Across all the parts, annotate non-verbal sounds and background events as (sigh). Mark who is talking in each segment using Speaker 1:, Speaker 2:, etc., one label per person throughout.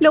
Speaker 1: Lo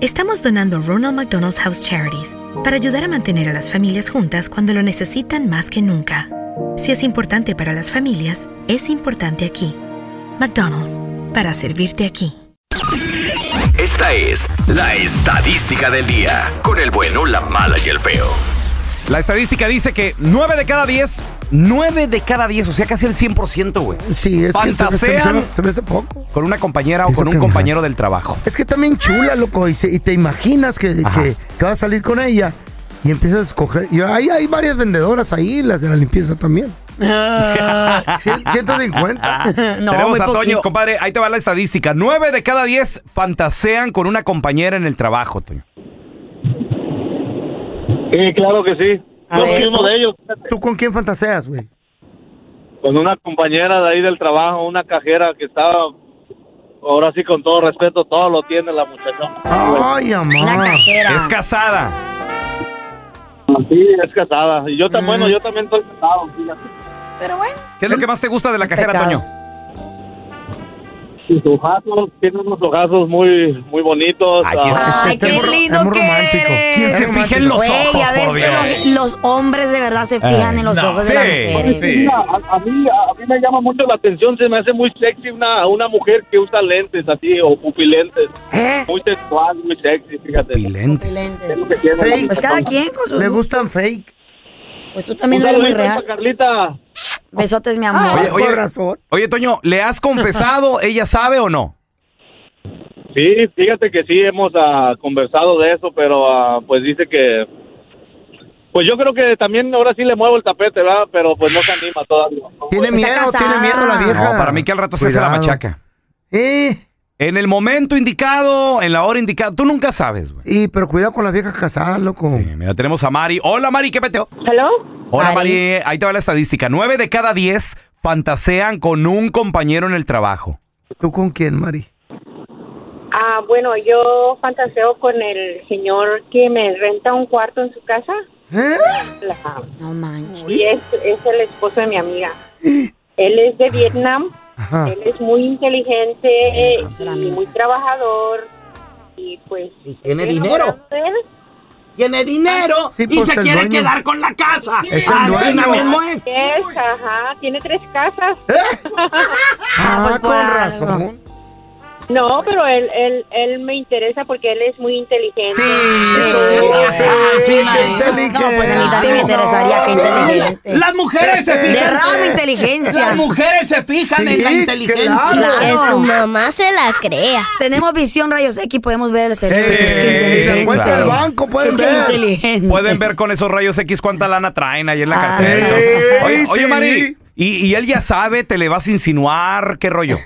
Speaker 2: estamos donando Ronald McDonald's House Charities para ayudar a mantener a las familias juntas cuando lo necesitan más que nunca. Si es importante para las familias, es importante aquí. McDonald's, para servirte aquí.
Speaker 3: Esta es la estadística del día, con el bueno, la mala y el feo.
Speaker 4: La estadística dice que 9 de cada 10, 9 de cada 10, o sea, casi el 100%, güey.
Speaker 5: Sí, es que se me- se me- se me-
Speaker 4: Fantasean
Speaker 5: se me hace poco.
Speaker 4: con una compañera o
Speaker 5: Eso
Speaker 4: con
Speaker 5: que
Speaker 4: un
Speaker 5: me-
Speaker 4: compañero del trabajo.
Speaker 5: Es que también chula, loco, y, se- y te imaginas que,
Speaker 4: Ajá.
Speaker 5: que- que vas a salir con ella y empiezas a escoger. Y hay, hay varias vendedoras ahí, las de la limpieza
Speaker 6: (laughs)
Speaker 5: también. Cien- 150.
Speaker 6: (laughs) No,
Speaker 4: Tenemos
Speaker 6: muy
Speaker 4: a Toño,
Speaker 6: poquito.
Speaker 4: compadre, ahí te va la estadística. 9 de cada 10 fantasean con una compañera en el trabajo, Toño.
Speaker 7: Sí, claro que sí.
Speaker 6: A
Speaker 7: Yo
Speaker 6: ver,
Speaker 7: fui uno de ellos,
Speaker 5: ¿Tú con quién fantaseas, güey?
Speaker 7: con una compañera de ahí del trabajo, una cajera que estaba, ahora sí con todo respeto, todo lo tiene la muchacha.
Speaker 5: Ay,
Speaker 6: La
Speaker 5: amor.
Speaker 6: cajera.
Speaker 4: Es casada.
Speaker 7: Sí, es casada. Y yo tan bueno,
Speaker 6: Mm.
Speaker 7: yo también estoy casado, fíjate.
Speaker 6: Pero bueno.
Speaker 4: ¿Qué es lo que más te gusta de la cajera,
Speaker 6: pecado.
Speaker 4: Toño?
Speaker 7: Sus ojazos, tiene unos ojazos muy, muy bonitos.
Speaker 4: Ay,
Speaker 7: ah,
Speaker 4: qué-
Speaker 6: Ay,
Speaker 5: Este
Speaker 6: qué
Speaker 5: es muy- es
Speaker 6: lindo
Speaker 5: muy
Speaker 6: que
Speaker 5: romántico.
Speaker 6: eres.
Speaker 4: ¿Quién se fija en los
Speaker 6: Güey,
Speaker 4: ojos,
Speaker 6: ya ves
Speaker 4: por
Speaker 6: que
Speaker 4: Dios?
Speaker 6: los, los hombres de verdad se fijan en los
Speaker 4: no,
Speaker 6: ojos de las
Speaker 4: sí,
Speaker 6: mujeres.
Speaker 4: sí.
Speaker 7: mira, a, a mí, a mí me llama mucho la atención, se me hace muy sexy una, una mujer que usa lentes así, o pupilentes.
Speaker 6: ¿Eh?
Speaker 7: Muy sexual, muy sexy, fíjate.
Speaker 4: Pupilentes.
Speaker 7: Es lo que tiene
Speaker 5: Sí.
Speaker 7: la
Speaker 6: Pues cada quien con su...
Speaker 5: Le gustan fake.
Speaker 6: Pues tú
Speaker 7: Un
Speaker 6: también no eres muy
Speaker 7: saludito para
Speaker 6: real.
Speaker 7: Carlita.
Speaker 6: Besotes, mi amor.
Speaker 4: Oye, oye.
Speaker 5: Ah, Con razón.
Speaker 4: Oye, Toño, ¿le
Speaker 6: (laughs)
Speaker 4: has confesado? ¿Ella sabe o no?
Speaker 7: Sí, fíjate que sí hemos ah, conversado de eso, pero ah, pues dice que pues yo creo que también ahora sí le muevo el tapete, ¿verdad? Pero pues no se anima todavía.
Speaker 5: Tiene
Speaker 6: Está
Speaker 5: miedo,
Speaker 6: casada.
Speaker 5: tiene miedo la vieja.
Speaker 4: No, para mí que al rato se hace la
Speaker 5: Cuidado.
Speaker 4: machaca.
Speaker 5: Eh,
Speaker 4: En el momento indicado, en la hora indicada, tú nunca sabes, güey.
Speaker 5: y pero cuidado con las viejas casadas, loco.
Speaker 4: Sí, mira, tenemos a Mari. Hola, Mari, ¿qué peteo?
Speaker 8: ¿Hello?
Speaker 6: Mari.
Speaker 4: Hola, Mari. Ahí te va la estadística. Nueve de cada diez fantasean con un compañero en el trabajo.
Speaker 5: ¿Tú con quién, Mari?
Speaker 8: Ah, bueno, yo fantaseo con el señor que me renta un cuarto en su casa.
Speaker 5: ¿Eh?
Speaker 8: La-
Speaker 6: No manches.
Speaker 8: y es, es el esposo de mi amiga. Él es de Vietnam,
Speaker 5: Ajá.
Speaker 8: él es muy inteligente
Speaker 6: Ah. Vietnam, será
Speaker 8: y
Speaker 6: amiga.
Speaker 8: muy trabajador. Y pues...
Speaker 9: Y tiene
Speaker 8: estoy
Speaker 9: dinero.
Speaker 8: enamorada de él.
Speaker 9: tiene dinero
Speaker 5: Sí,
Speaker 9: y
Speaker 5: pues,
Speaker 9: se
Speaker 5: el
Speaker 9: quiere
Speaker 5: dueño.
Speaker 9: quedar con la casa.
Speaker 5: Es el
Speaker 9: Así
Speaker 5: dueño.
Speaker 9: mismo es.
Speaker 8: Es, ajá, tiene tres casas.
Speaker 5: ¿Eh?
Speaker 6: (laughs)
Speaker 5: Ah,
Speaker 6: pues, por
Speaker 5: con
Speaker 6: algo.
Speaker 5: razón.
Speaker 8: No, pero él, él, él me interesa porque él es muy inteligente.
Speaker 6: No, pues a mí también me interesaría que inteligente.
Speaker 9: Las mujeres se fijan.
Speaker 6: Derrama
Speaker 9: Las
Speaker 6: inteligencia.
Speaker 9: mujeres se fijan
Speaker 5: Sí,
Speaker 9: en la inteligencia.
Speaker 5: claro.
Speaker 6: Claro.
Speaker 10: mamá se la crea.
Speaker 6: Tenemos visión rayos X, podemos ver el
Speaker 5: Sí,
Speaker 6: cerebro.
Speaker 4: Sí,
Speaker 6: Pues, qué
Speaker 5: y la
Speaker 6: inteligente.
Speaker 5: cuenta
Speaker 4: claro.
Speaker 5: del banco pueden
Speaker 6: Qué
Speaker 5: ver.
Speaker 6: inteligente.
Speaker 4: Pueden ver con esos rayos X cuánta lana traen ahí en la
Speaker 6: Ah.
Speaker 4: cartera.
Speaker 5: Sí,
Speaker 4: Oye, oye,
Speaker 5: sí.
Speaker 4: Mari, y, y él ya sabe, te le vas a insinuar, ¿qué rollo?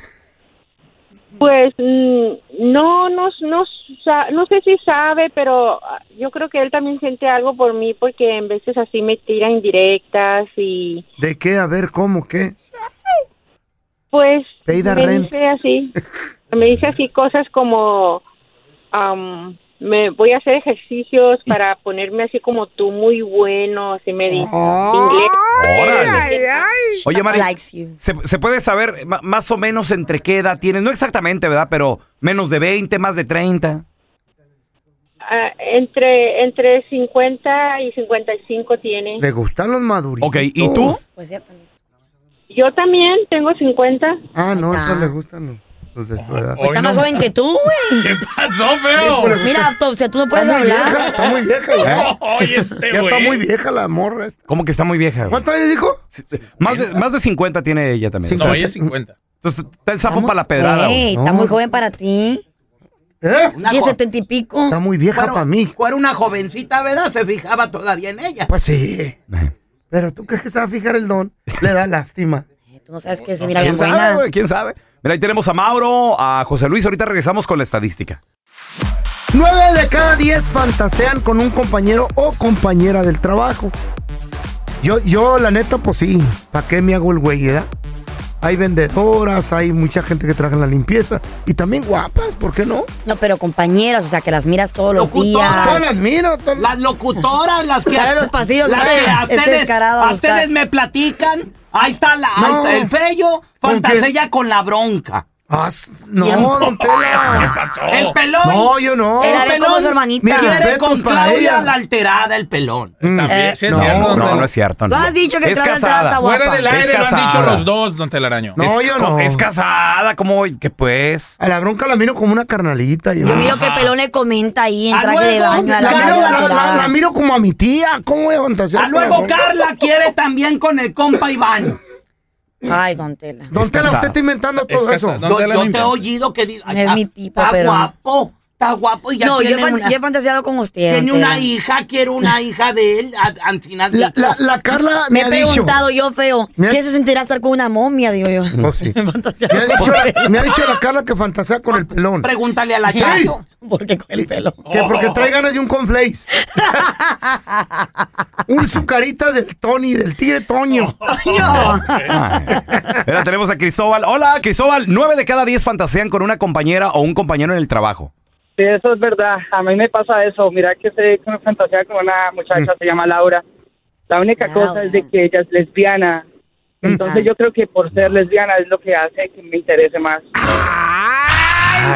Speaker 8: Pues mm, no, no, no, sa- no sé si sabe, pero ah, yo creo que él también siente algo por mí porque en veces así me tira indirectas y
Speaker 5: ¿De qué? A ver, ¿cómo? ¿Qué?
Speaker 8: pues
Speaker 5: Te ida
Speaker 8: me
Speaker 5: (laughs) rent.
Speaker 8: dice así, me dice así cosas como, am, me voy a hacer ejercicios para ponerme así como tú, muy bueno, así me dice.
Speaker 5: Ah.
Speaker 8: Inglés.
Speaker 4: Órale. Oye, Mari,
Speaker 8: Likes
Speaker 4: ¿se, se puede saber ma- más o menos entre qué edad tienes? No exactamente, ¿verdad? Pero menos de 20, más de 30.
Speaker 8: Ah, entre, entre 50 y 55 tiene.
Speaker 5: ¿Le gustan los maduritos?
Speaker 4: Ok, ¿y tú?
Speaker 8: Yo también tengo 50.
Speaker 5: Ah, no, estos le gustan los, los de su edad.
Speaker 6: Está más joven que tú,
Speaker 4: (laughs)
Speaker 6: güey. ¿Qué
Speaker 4: pasó, feo?
Speaker 6: Mira, pues, o sea, tú no puedes
Speaker 5: Está muy
Speaker 6: hablar.
Speaker 5: vieja, está muy vieja
Speaker 4: (laughs)
Speaker 5: ya.
Speaker 4: Oye, este
Speaker 5: ya está
Speaker 4: güey.
Speaker 5: muy vieja la morra. esta.
Speaker 4: ¿Cómo que está muy vieja? güey?
Speaker 5: ¿Cuántos años dijo?
Speaker 4: Más de, más de 50 tiene ella también.
Speaker 5: No, ella es
Speaker 4: 50. Entonces está el sapo para la pedrada.
Speaker 6: Güey,
Speaker 4: güey.
Speaker 6: está muy joven para ti.
Speaker 5: ¿Eh?
Speaker 6: Tiene setenta y pico.
Speaker 5: Está muy vieja para mí.
Speaker 9: Fuera una jovencita, ¿verdad? Se fijaba todavía en ella.
Speaker 5: Pues sí. Pero tú crees que se va a fijar el don. Le da lástima.
Speaker 6: Tú no sabes qué se
Speaker 5: no
Speaker 6: mira
Speaker 5: sé.
Speaker 6: bien
Speaker 4: ¿Quién
Speaker 6: buena.
Speaker 4: sabe, güey? ¿Quién sabe? Mira, ahí tenemos a Mauro, a José Luis. Ahorita regresamos con la estadística.
Speaker 5: Nueve de cada diez fantasean con un compañero o compañera del trabajo. Yo, yo la neta, pues sí. ¿Para qué me hago el güey, eh? Hay vendedoras, hay mucha gente que trabaja en la limpieza. Y también guapas, ¿por qué no? Pues
Speaker 6: No, pero compañeras, o sea, que las miras todos los días.
Speaker 5: Todas las miro, todas
Speaker 9: Las locutoras, las que.
Speaker 6: Sale a los pasillos,
Speaker 9: las
Speaker 6: sale
Speaker 9: que a
Speaker 6: este
Speaker 9: ustedes,
Speaker 6: descarado a
Speaker 9: a
Speaker 6: buscar.
Speaker 9: ustedes me platican. Ahí está, la, ahí
Speaker 5: No.
Speaker 9: está el fello,
Speaker 5: ¿Con
Speaker 9: fantasella con la bronca.
Speaker 5: Ah, s- no,
Speaker 9: ¿Quién?
Speaker 5: don Tela.
Speaker 9: El pelón.
Speaker 5: No, yo no.
Speaker 6: Te la ve como su
Speaker 5: Mira,
Speaker 6: hermanita.
Speaker 9: Quiere
Speaker 5: respeto
Speaker 9: con
Speaker 5: para
Speaker 9: Claudia
Speaker 5: ella.
Speaker 9: la alterada, el pelón.
Speaker 11: También, sí es
Speaker 5: no,
Speaker 11: cierto. don
Speaker 4: No, no,
Speaker 11: Tela.
Speaker 4: es cierto.
Speaker 6: Tú
Speaker 4: No.
Speaker 6: Eh, has dicho que
Speaker 4: es
Speaker 6: tras- tras
Speaker 4: casada.
Speaker 6: está guapa.
Speaker 11: Fuera del
Speaker 4: Es
Speaker 11: aire lo han
Speaker 4: casada.
Speaker 11: dicho los dos, don Telaraño.
Speaker 5: No,
Speaker 4: es,
Speaker 5: yo
Speaker 4: co-
Speaker 5: no.
Speaker 4: Es casada, como que pues.
Speaker 5: A la bronca la miro como una carnalita. Yo,
Speaker 6: Yo miro que Pelón le comenta ahí en
Speaker 9: Ah,
Speaker 6: traje de
Speaker 9: luego,
Speaker 6: baño a la
Speaker 5: la,
Speaker 9: claro,
Speaker 6: calle
Speaker 5: miro- la- la-
Speaker 6: lateral.
Speaker 5: la miro como a mi tía. ¿Cómo voy a fantasear?
Speaker 9: Ah,
Speaker 5: con la
Speaker 9: luego
Speaker 5: bronca?
Speaker 9: Carla quiere también con el compa Iván.
Speaker 6: Ay, don Tela.
Speaker 5: Don
Speaker 4: Es
Speaker 5: Tela,
Speaker 4: casada.
Speaker 5: usted está inventando
Speaker 11: Es
Speaker 5: todo eso.
Speaker 11: casada. No,
Speaker 9: Yo,
Speaker 11: te la
Speaker 9: yo te he
Speaker 11: limpio.
Speaker 9: oído que digo,
Speaker 6: No es mi tipo,
Speaker 9: está
Speaker 6: pero-
Speaker 9: guapo, está guapo y ya
Speaker 6: No, yo,
Speaker 9: tiene
Speaker 6: he fan-
Speaker 9: una,
Speaker 6: yo he fantaseado con usted.
Speaker 9: tiene
Speaker 6: don
Speaker 9: una
Speaker 6: Tela.
Speaker 9: hija, quiere
Speaker 6: (laughs)
Speaker 9: una hija de él, a- Antina
Speaker 5: La,
Speaker 9: dijo.
Speaker 5: la- la Carla
Speaker 6: Me
Speaker 5: me,
Speaker 6: he
Speaker 5: ha dicho.
Speaker 6: preguntado yo, feo,
Speaker 5: Me ha-
Speaker 6: ¿qué se sentirá estar con una momia? Digo yo. (laughs)
Speaker 5: Oh, sí.
Speaker 6: Me he fantaseado
Speaker 5: Me ha
Speaker 6: con
Speaker 5: dicho,
Speaker 6: el (laughs)
Speaker 5: me ha dicho la Carla que fantasea con el pelón.
Speaker 9: Pregúntale a la
Speaker 5: Sí.
Speaker 9: Chayo.
Speaker 6: pelo. ¿Por qué con el pelo?
Speaker 5: Que porque trae ganas de
Speaker 6: (laughs)
Speaker 5: un conflace. un sucarita del Tony, del
Speaker 6: (laughs)
Speaker 5: tigre Toño.
Speaker 4: Mira, tenemos a Cristóbal. Hola, Cristóbal. Nueve de cada diez fantasean con una compañera o un compañero en el trabajo.
Speaker 12: Sí, eso es verdad. A mí me pasa eso. Mira que se me fantasea con una muchacha, se llama Laura. La única
Speaker 6: Laura.
Speaker 12: cosa es de que ella es lesbiana. Entonces yo creo que por ser lesbiana es lo que hace que me interese más.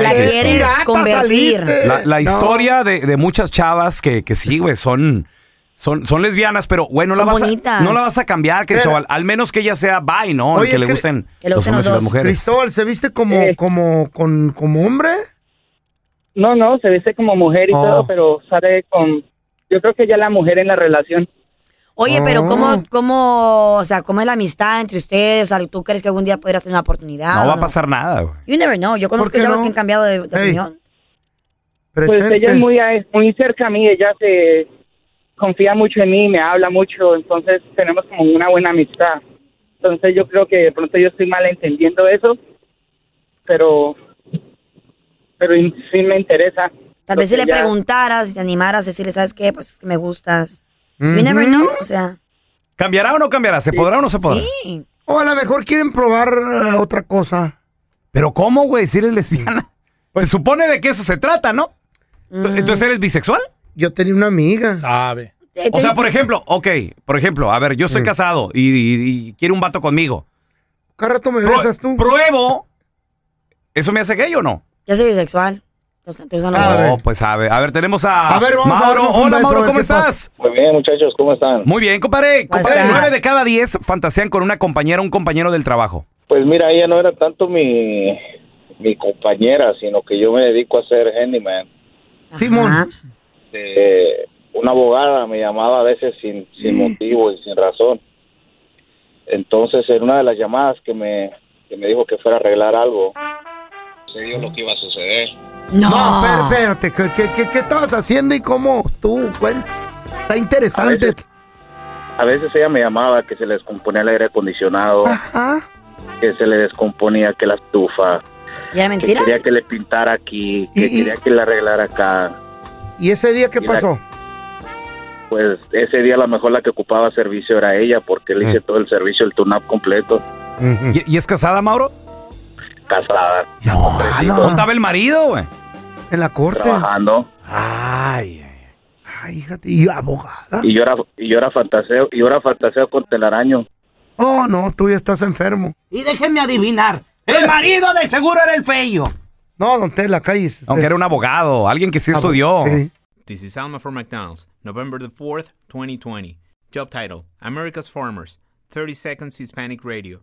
Speaker 6: La
Speaker 5: Qué
Speaker 6: quieres
Speaker 5: pirata
Speaker 6: convertir.
Speaker 5: saliste.
Speaker 4: La, la
Speaker 5: No.
Speaker 4: historia de, de muchas chavas que, que sí, güey, son, son, son lesbianas, pero güey, no, la
Speaker 6: Son
Speaker 4: vas a,
Speaker 6: bonitas.
Speaker 4: no la vas a cambiar, Cristóbal. Al menos que ella sea bye, ¿no? Y
Speaker 5: Oye,
Speaker 4: que le
Speaker 5: Cri-
Speaker 4: gusten
Speaker 6: que le
Speaker 4: los
Speaker 6: gusten
Speaker 4: hombres y
Speaker 6: los
Speaker 4: las
Speaker 6: dos.
Speaker 4: mujeres.
Speaker 5: Cristóbal, ¿se viste como,
Speaker 12: Eh.
Speaker 5: como, con, como hombre?
Speaker 12: No, no, se viste como mujer y
Speaker 5: Oh.
Speaker 12: todo, pero sale con... Yo creo que ella es la mujer en la relación.
Speaker 6: Oye, pero
Speaker 5: Oh.
Speaker 6: ¿cómo, cómo, o sea, cómo es la amistad entre ustedes? O sea, ¿Tú crees que algún día podría ser una oportunidad?
Speaker 4: No va
Speaker 6: o
Speaker 4: a pasar nada, güey.
Speaker 6: You never know. Yo conozco
Speaker 5: ¿Por qué
Speaker 6: chavas
Speaker 5: no?
Speaker 6: que han cambiado de, de
Speaker 5: Ey.
Speaker 6: opinión.
Speaker 12: Pues
Speaker 5: Presente.
Speaker 12: ella es muy, a- muy cerca a mí, ella se confía mucho en mí, me habla mucho, entonces tenemos como una buena amistad. Entonces yo creo que de pronto yo estoy mal entendiendo eso, pero pero in- sí me interesa.
Speaker 6: Tal vez si
Speaker 12: Porque
Speaker 6: le
Speaker 12: ya-
Speaker 6: preguntaras, si te animaras, decirle, ¿sabes qué? Pues es que me gustas.
Speaker 5: Ujú.
Speaker 6: You never know. O sea,
Speaker 4: ¿Cambiará o no cambiará? ¿Se podrá o no se podrá?
Speaker 6: sí.
Speaker 5: O a lo mejor quieren probar eh, otra cosa.
Speaker 4: ¿Pero cómo, güey? Si eres lesbiana.
Speaker 5: Pues
Speaker 4: se supone de que eso se trata, ¿no?
Speaker 6: Mm.
Speaker 4: Entonces eres bisexual.
Speaker 5: Yo tenía una amiga.
Speaker 11: Sabe.
Speaker 6: Te-
Speaker 4: O sea,
Speaker 6: te-
Speaker 4: por ejemplo, ok, por ejemplo, a ver,
Speaker 5: Mm.
Speaker 4: yo estoy casado y, y- y quiere un vato conmigo.
Speaker 5: Cada rato me
Speaker 4: Pro-
Speaker 5: besas tú.
Speaker 4: Pruebo. ¿Eso me hace gay o no?
Speaker 6: Ya soy bisexual. Te usan- te usan los
Speaker 5: A
Speaker 6: dos.
Speaker 4: No,
Speaker 5: ver.
Speaker 4: pues a ver, a ver, tenemos a,
Speaker 5: A ver, vamos a
Speaker 4: Mauro.
Speaker 5: darnos un beso,
Speaker 4: Hola,
Speaker 5: a
Speaker 4: Mauro,
Speaker 5: ver
Speaker 4: ¿cómo
Speaker 5: qué pasa.
Speaker 4: estás?
Speaker 7: Muy bien, muchachos, ¿cómo están?
Speaker 4: Muy bien, compadre.
Speaker 9: Pues,
Speaker 4: Compadre,
Speaker 9: ah.
Speaker 6: Pasa.
Speaker 4: nueve de cada diez fantasean con una compañera o un compañero del trabajo.
Speaker 7: Pues mira, ella no era tanto mi, mi compañera, sino que yo me dedico a ser handyman.
Speaker 6: Ajá.
Speaker 5: Simón.
Speaker 7: Eh, una abogada me llamaba a veces sin, sin motivo y sin razón. Entonces, en una de las llamadas que me, que me dijo que fuera a arreglar algo, se dio lo que iba a suceder.
Speaker 6: No.
Speaker 5: No, espérate, espérate, ¿qué- ¿qué, qué, qué estabas haciendo y cómo tú? Bueno, está interesante.
Speaker 7: A veces ella me llamaba que se le descomponía el aire acondicionado,
Speaker 5: Ah. Ajá.
Speaker 7: que se le descomponía que la estufa,
Speaker 6: ¿Y era
Speaker 7: que
Speaker 6: mentira?
Speaker 7: quería que le pintara aquí, que
Speaker 5: Y- y-
Speaker 7: quería que le arreglara acá.
Speaker 5: ¿Y ese día qué
Speaker 7: Mira.
Speaker 5: pasó?
Speaker 7: Pues ese día a lo mejor la que ocupaba servicio era ella, porque
Speaker 5: Ah.
Speaker 7: le hice todo el servicio, el turn-up completo,
Speaker 5: Ujú.
Speaker 4: ¿Y, y es casada, Mauro?
Speaker 7: casada,
Speaker 5: No,
Speaker 9: Ah,
Speaker 4: ¿Dónde estaba el marido, güey?
Speaker 5: en la corte.
Speaker 7: trabajando.
Speaker 4: Ay,
Speaker 5: ay, hija, y abogada.
Speaker 7: Y yo era, y yo era fantaseo, y yo era fantaseo con telaraño.
Speaker 5: Oh, no, tú ya estás enfermo.
Speaker 9: Y déjenme adivinar. El marido de seguro era el feyo.
Speaker 5: No, don Tela, Este, calles.
Speaker 4: Aunque era un abogado, alguien
Speaker 5: Ah,
Speaker 4: que sí estudió.
Speaker 13: This is Alma from McDonald's, November the 4th, 2020. Job title America's Farmers, 30 Seconds Hispanic Radio.